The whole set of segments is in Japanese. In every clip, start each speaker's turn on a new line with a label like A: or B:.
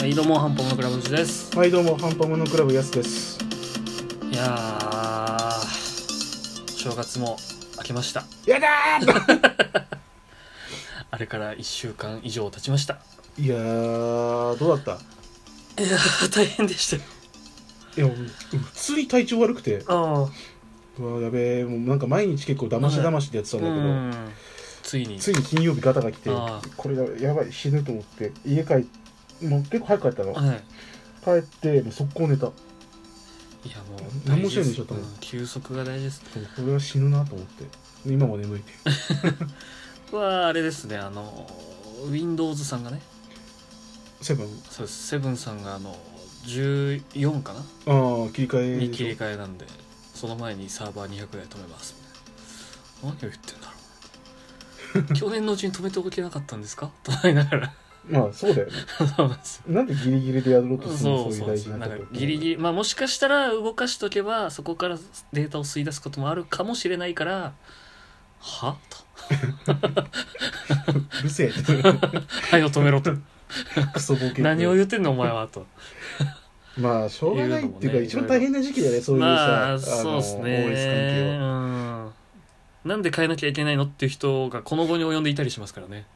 A: はい、どうも、ハンパモノクラブのじです。
B: はいどうもハンパモノクラブやすです
A: いやー、正月も明けました。
B: やだー
A: あれから1週間以上経ちました。
B: いやーどうだった
A: いやー、 大変でしたよ。
B: いやもう普通に体調悪くて
A: あ
B: うわーやべえもうなんか毎日結構だましだましでやってたんだけど、
A: うん。ついに。
B: ついに金曜日ガタが来て
A: あ
B: これだやばい死ぬと思って家帰ってもう結構早く帰ったの
A: はい。
B: 帰ってもう速攻寝たこ
A: いや、もう、
B: 何もしないでしょ多分
A: うん休息が大事です。
B: れは死ぬなと思って今も眠いっていう
A: 僕は、あれですね、あの、Windows さんがね、
B: セブン
A: そうです、セブンさんが、あの、14かな
B: ああ切り替え
A: に切り替えなんで、その前にサーバー200台止めます。何を言ってんだろ う。去年のうちに止めておけなかったんですかと思いながら。
B: まあそうだよね
A: そうなんですよ
B: なんでギリギリでやろうとするの
A: そ
B: そう
A: う
B: い
A: そう
B: う大
A: そ
B: 事
A: う
B: な
A: な
B: こ
A: ん
B: と
A: かギリギリまあもしかしたら動かしとけばそこからデータを吸い出すこともあるかもしれないからはと
B: うるせえ
A: はいを止めろと
B: クソボケ
A: 何を言ってんのお前はと
B: まあしょうがないっていうか
A: 言うのもね
B: 一番大変な時期だねそういうさ、
A: まあそう
B: の
A: ですね
B: OS 関係は
A: うんなんで変えなきゃいけないのっていう人がこの後に及んでいたりしますからね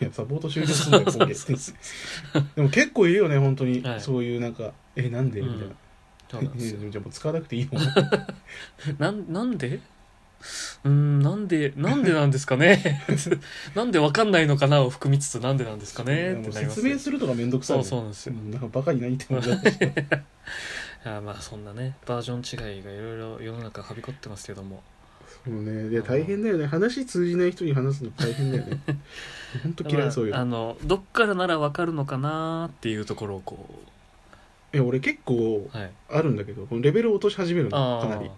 B: いやサポート終了するんだよ今月
A: そう そう
B: でも結構いるよね本当に、
A: はい
B: そういうなんか「えなんで?」みたいな
A: うんそうなん
B: い
A: です
B: や
A: よ
B: でもじゃあもう使わなくていいもん
A: なんなんでうーんなんでなんでなんですかね なんでわかんないのかなを含みつつなんでなんですかねっ
B: も
A: て
B: う
A: なります
B: 説明するとかめんどくさい
A: そ
B: も
A: うんそうなんですよ
B: うんなんかバカに何言ってもだし
A: いやまあそんなねバージョン違いがいろいろ世の中はびこってますけども
B: もうねいや大変だよね話通じない人に話すの大変だよ ね本当嫌
A: まあ
B: いそういう
A: あ
B: の
A: のどっからならわかるのかなっていうところをこ
B: いや俺結構
A: うはい
B: あるんだけどこのレベルを落とし始めるのかなり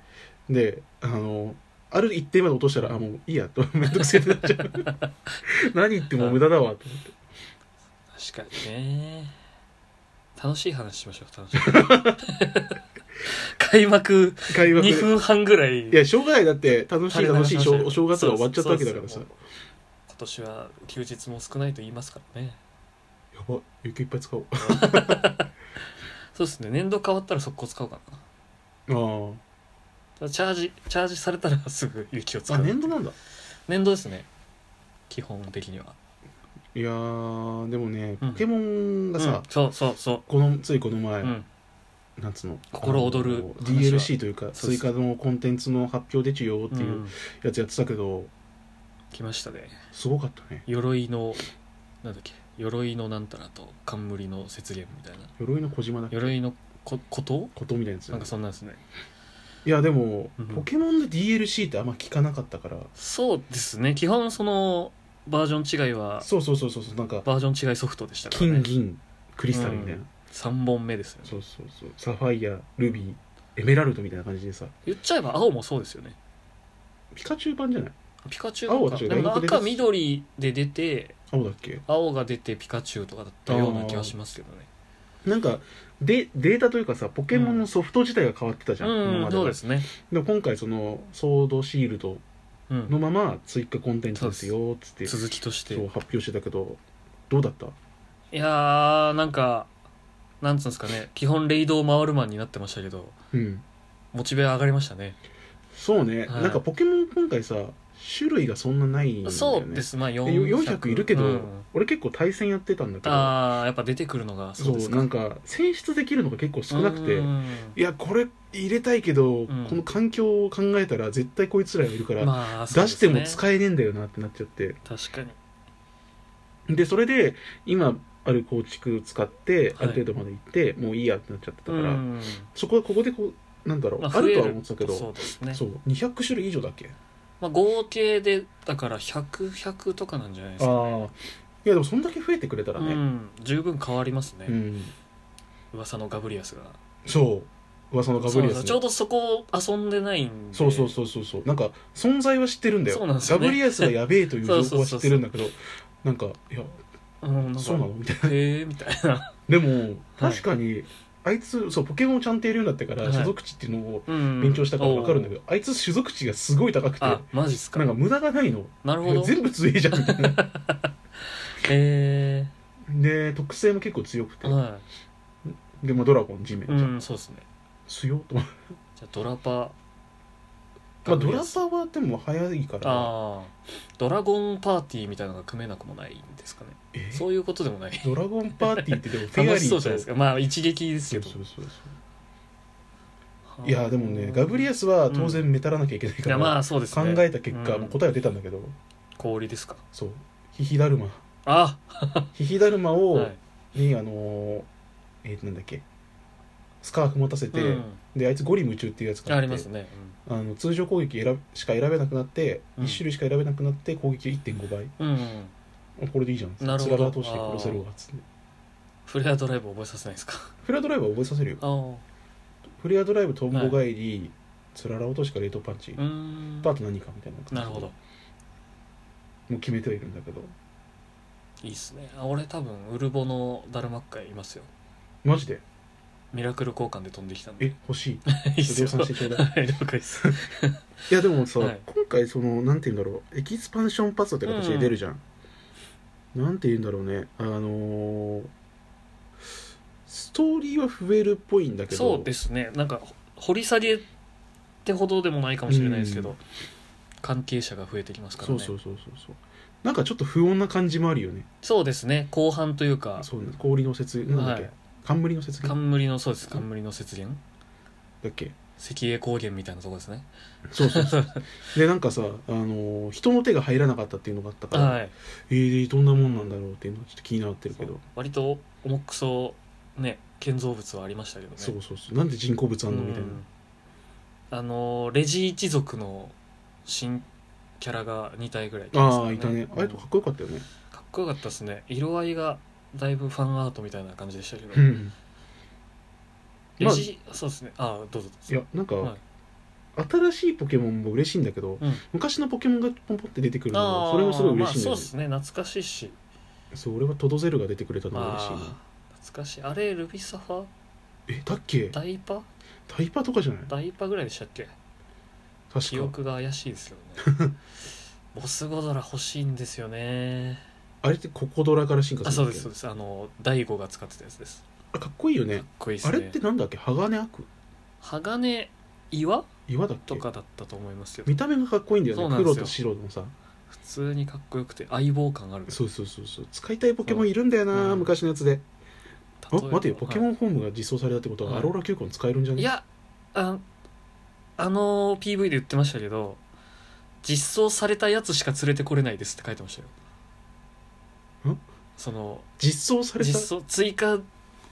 B: であのある一定まで落としたらあもういいやと めんどくせえってなっちゃ う何言っても無駄だわと思って
A: ー確かにね楽しい話しましょう楽しい 開幕
B: 会話で
A: 2分半ぐらい
B: いやしょうがないだって楽しい
A: 垂れ流
B: 楽しいしょ
A: ま
B: うお
A: たよ
B: 正月が終わっちゃったわけだからさ
A: そう
B: や
A: です今年は休日も少ないと言いますからね
B: ば有給いっぱい 使おうあ
A: そうですね年度変わったら速攻使おうか
B: ー
A: なチャージチャージされたらすぐ雪を使
B: あ
A: う
B: 年度なんだ
A: 年度ですね基本的にはい
B: やーでもね
A: うん
B: ポケモンがさ、
A: うんそうそうそ
B: このついこの前、
A: う、うん、
B: なんつうの
A: 心躍る
B: あ
A: 話
B: の
A: は
B: DLC というか
A: そうそう
B: 追加のコンテンツの発表出ちゅうよってい
A: う
B: う
A: ん
B: やつやってたけど、
A: 来ましたね
B: すごかったね
A: 鎧のなんだっけ鎧のなんたらと冠の雪原みたいな
B: 鎧の小島だ
A: 鎧のここと
B: ことみたいなやつ
A: なんかそんなんですね
B: いやでも、
A: うん
B: ポケモンで DLC ってあんま聞かなかったから
A: そうですね基本そのバージョン違いは
B: そうそうそうそうそうなんか
A: バージョン違いソフトでしたから
B: 金
A: ね
B: 銀クリスタルみたいな、
A: うん3本目ですよね
B: そうそうそうサファイアルビーエメラルドみたいな感じでさ
A: 言っちゃえば青もそうですよね
B: ピカチュウ版じゃない
A: ピカチュウとか
B: 青は
A: でも
B: 違う
A: 赤緑で出て
B: 青だっけ
A: 青が出てピカチュウとかだったような気がしますけどね
B: なんかでデータというかさポケモンのソフト自体が変わってたじゃん、
A: うんうんそうですすね
B: でも今回そのソードシールド
A: うん
B: のまま追加コンテンツですよっつってそう
A: 続きとして
B: 発表してたけどどうだった
A: いやーなんかなんつうんですかね基本レイドを回るマンになってましたけど
B: うん
A: モチベ上がりましたね
B: そうね、
A: はい
B: なんかポケモン今回さ種類がそんなないんだよね
A: そうですまあ
B: で
A: 400
B: 400いるけど、
A: うん
B: 俺結構対戦やってたんだけど
A: ああやっぱ出てくるのがそう
B: そう
A: ですか
B: なんか選出できるのが結構少なくて、
A: うん
B: いやこれ入れたいけど、
A: ん
B: この環境を考えたら絶対こいつらがいるから、
A: まあそう
B: 出
A: で
B: し
A: す
B: て
A: ね
B: も使えねえんだよなってなっちゃって
A: 確かに
B: でそれで今ある構築を使って
A: は
B: あ
A: い
B: る程度まで行って、もういいやってなっちゃってたから、
A: うん
B: そこはここでこうなんだろう、
A: ま
B: あ、
A: あ増え
B: る
A: る
B: とは思ってたけど
A: そうですね
B: そう200種類以上だっけ
A: まあ合計でだから100100とかなんじゃないですか
B: ああいやでもそんだけ増えてくれたら
A: う
B: ね、
A: ん十分変わりますね、
B: うん
A: 噂のガブリアスが
B: そう噂のガブリア
A: そう
B: ス
A: ちょう
B: ね
A: どそこを遊んでないんで
B: そうそうそうそうそうなんか存在は知ってるんだよ
A: そうなんですよね
B: ガブリアスがやべえという情報は知ってるんだけどなんかいや
A: うんなんか
B: そうなのみたいな
A: へえみた いな、
B: でも確かに、あいつそうポケモンをちゃんとやるようになってから、
A: はい
B: 所属値っていうのを
A: うん
B: 勉強したから分かるんだけど、あいつ所属値がすごい高くてな
A: あ
B: ん
A: マジっすか
B: か無駄がないの
A: なるほど
B: 全部強いじゃんみたいな
A: えー、
B: で特性も結構強くて
A: は
B: でもドラゴン地面
A: い、
B: じゃ、
A: うんんそうですね
B: 強っと思う
A: じゃあドラパ
B: まあドラ
A: あ
B: パはでも早いから
A: あードラゴンパーティーみたいなのが組めなくもないんですかね
B: え
A: そういうことでもない
B: ドラゴンパーティーってでもフェア
A: 楽
B: リ
A: し
B: ー
A: そうじゃないですかまあ一撃です
B: そ
A: け
B: う
A: ど
B: そうそうそう
A: はあ
B: いやでもねガブリアスは当然メタらなきゃいけない
A: い
B: か
A: や
B: ら、
A: まあそうです
B: 考
A: ね
B: えた結果、
A: うん
B: もう答えは出たんだけど
A: 氷ですか
B: そうヒヒダルマ
A: あ
B: ヒヒダルマを、
A: はい
B: にあのーえー、なんだっけスカーフ持たせて、
A: うん
B: であいつゴリ夢中っていうやつが
A: あ
B: あっ
A: り
B: て
A: ますね、
B: あの通常攻撃選べしか選べなくなって、
A: うん
B: 1種類しか選べなくなって攻撃1.5倍
A: うん、うん、
B: これでいいじゃん
A: なるほど
B: スラダー通して殺せるわっつって
A: フレアドライブ覚えさせないですか
B: フレアドライブは覚えさせるよ
A: ああう
B: フレアドライブトンボ返り、つらら落としか冷凍パンチ、
A: ーん
B: あと何かみたいな感じで
A: なるほど
B: もう決めてはいるんだけど
A: いいっすねあ俺多分ウルボのダルマッカいますよ
B: マジで
A: ミラクル交換で飛んできたんで
B: え欲しい
A: いいっ
B: ち
A: す
B: ょ
A: よ
B: っと量産してちょうだい
A: はい了解 です
B: いやでもさ、
A: はい
B: 今回そのなんて言うんだろうエキスパンションパスって形で出るじゃん、なんて言うんだろうねあのーストーリーは増えるっぽいんだけど
A: そうですねなんか掘り下げってほどでもないかもしれないですけど、
B: う
A: 関係者が増えてきますから
B: そ
A: ね
B: うそうそうそうそうなんかちょっと不穏な感じもあるよね
A: そうですね後半というか
B: そうね氷の節なんだっけ、
A: はい
B: 冠の節だ
A: 冠のそうです冠の雪原
B: っけ
A: 石英高原みたいなところですね
B: そうそう そうでなんかさ、あのー人の手が入らなかったっていうのがあったから、
A: はい
B: えー、どんなもんなんだろうっていうのはちょっと気になってるけど
A: 割と重くそね建造物はありましたけどね
B: そうそうそうなんで人工物あんのみたいな、
A: うんあのレジ一族の新キャラが2体ぐらい来ました
B: ああいたねあれとかっこよかったよね、
A: かっこよかったですね色合いがだいぶファンアートみたいな感じでしたけど、
B: うん
A: レジ、そうですねああどうぞどう
B: い
A: ぞ
B: やなんか、
A: はい
B: 新しいポケモンも嬉しいんだけど、
A: うん
B: 昔のポケモンがポンポンって出てくるの
A: あ
B: が
A: あ
B: それもすごい嬉しいんだ
A: まあ、そう
B: よね
A: で、すね懐かしいし、
B: そう俺はトドゼルが出てくれたのが
A: ま
B: 嬉しいな、
A: あ、懐かしいあれルビサファ
B: えだっけ
A: ダイパ
B: タイパとかじゃない
A: ダイパぐらいでしたっけ
B: 確
A: 記
B: か
A: 憶が怪しいですけ どねボスゴドラ欲しいんですよね
B: あれってココドラから進化
A: あ
B: す
A: そう
B: るん
A: で
B: だ
A: すそ
B: よ
A: うですあの大悟が使ってたやつです
B: あかっこいいよね
A: かっこいいです
B: あ
A: ね
B: れってなんだっけ鋼悪
A: 鋼岩
B: 岩だっけ
A: とかだったと思いますけど
B: 見た目がかっこいいんだよ
A: そう
B: ね
A: なんですよ
B: 黒と白のさ
A: 普通にかっこよくて相棒感ある
B: そうそうそうそう使いたいポケモンいるんだよな、
A: うん
B: 昔のやつであ
A: 例えば
B: 待てよポケモンフォームが実装されたってことは、
A: はい
B: アローラ球根使えるんじ
A: は
B: ゃ
A: い
B: ね
A: いやああの PV で言ってましたけど実装されたやつしか連れてこれないですって書いてましたよ
B: ん
A: その
B: 実装された
A: 実装追加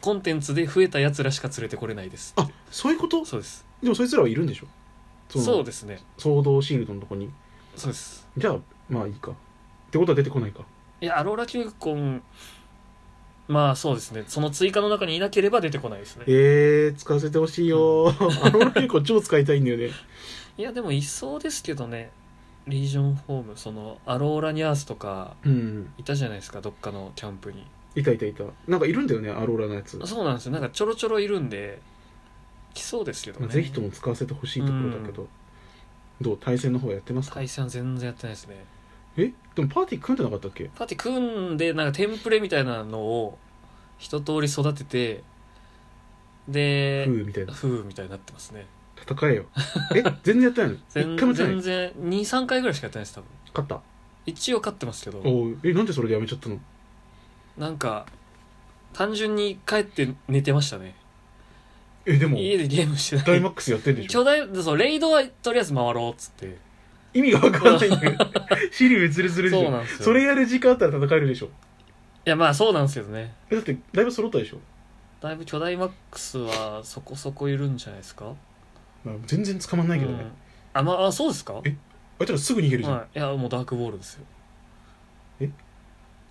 A: コンテンツで増えたやつらしか連れてこれないですって
B: あそういうこと
A: そうです
B: でもそいつらはいるんでしょ
A: そう
B: の
A: ですね
B: ソードシールドのとこに
A: そうです
B: じゃあまあいいかってことは出てこないか
A: いやアローラ球根まあそうですねその追加の中にいなければ出てこないですね
B: えー、使わせてほしいよアローラ球根超使いたいん だよね
A: いやでもいそうですけどねリージョンホームそのアローラニャースとか
B: うん
A: いたじゃないですかどっかのキャンプに
B: いたいたいたなんかいるんだよねアローラのやつ、
A: そうなんですよなんかちょろちょろいるんで来そうですけど
B: ま
A: ね
B: あぜひとも使わせてほしいところだけど、どう対戦の方やってますか
A: 対戦は全然やってないですね
B: えでもパーティー組んでなかったっけ
A: パーティー組んでなんかテンプレみたいなのを一通り育てて
B: ふ
A: で
B: うみたいな
A: ふうみたいになってますね
B: 戦 えよえ全然やってないの
A: 全
B: 一回もやってな
A: 全
B: い
A: 然23回ぐらいしかやってないです多分
B: 勝った
A: 一応勝ってますけど
B: おうえなんでそれでやめちゃったの
A: なんか単純に帰って寝てましたね
B: えでも
A: 家でゲームして
B: ダ
A: な
B: イ
A: い
B: マックスやってんでしょ
A: 巨大そうレイドはとりあえず回ろうっつって
B: 意味がわかんないんだけど シリウズレズレでし
A: そう
B: ょ
A: なんですよ
B: それやる時間あったら戦えるでしょ
A: いやまあそうなんですけどね
B: えだってだいぶ揃ったでしょ
A: だいぶ巨大マックスはそこそこいるんじゃないですか
B: まあ全然捕まんないけどね、
A: うんあまああそうですか
B: えあいつらすぐ逃げるじゃん、
A: はい、いやもうダークボールですよ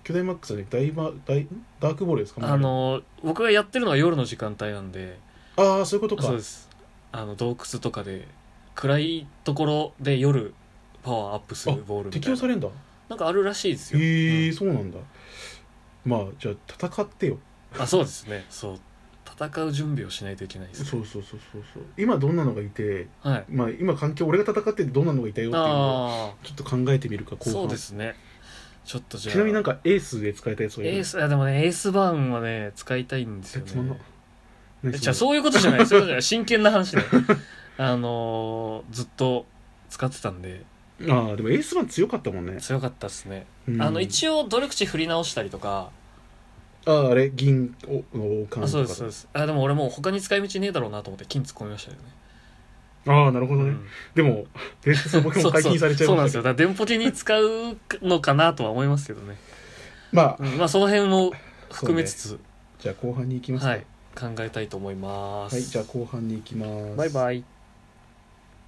B: 巨大マックスはねダイバダイんダークボールですか
A: あの僕がやってるのは夜の時間帯なんで
B: ああそういうこと
A: そう
B: か
A: ですあの洞窟とかで暗いところで夜パワーアップするボールみた
B: 適
A: い
B: 用
A: な
B: されるんだ
A: なんかあるらしいです
B: へ
A: よ、
B: えーそうなんだまあじゃあ戦ってよ
A: うんあそうですねそう戦う準備をしないといけないですね、
B: そうそうそうそうそう今どんなのがいて
A: はい
B: まあ今環境俺が戦っててどんなのがいたよっていうのを
A: ああ
B: ちょっと考えてみるか後半
A: そうですねちょっとじゃあ
B: ちなみになんかエースで使えたやつをやる
A: エースいやでもねエースバーンはね使いたいんです
B: え
A: よ
B: つまんな
A: ね
B: 何
A: じゃあ
B: それ
A: そういうことじゃ ないそういうことじゃない真剣な話ね あのーずっと使ってたんで
B: ああでもエースマン強かったもんね、
A: 強かったっすね、
B: うん
A: あの一応努力値振り直したりとか
B: あああれ銀おお王冠
A: あそう
B: と
A: ですそうで
B: か
A: すあでも俺もう他に使い道ねえだろうなと思って金突っ込みましたよね、
B: ああなるほど
A: う
B: ね、
A: ん
B: でも 伝説のポケモン解禁されちゃ い
A: そうそうそうなん
B: ま
A: で
B: し
A: す
B: た
A: よだ
B: けど
A: から電ポケに使うのかなとは思いますけどね、
B: まあ
A: うんまあその辺も含めつつ、
B: じゃあ後半に行きますか
A: はい考えたいと思います、
B: はい、じゃあ後半に行きます。
A: バイバイ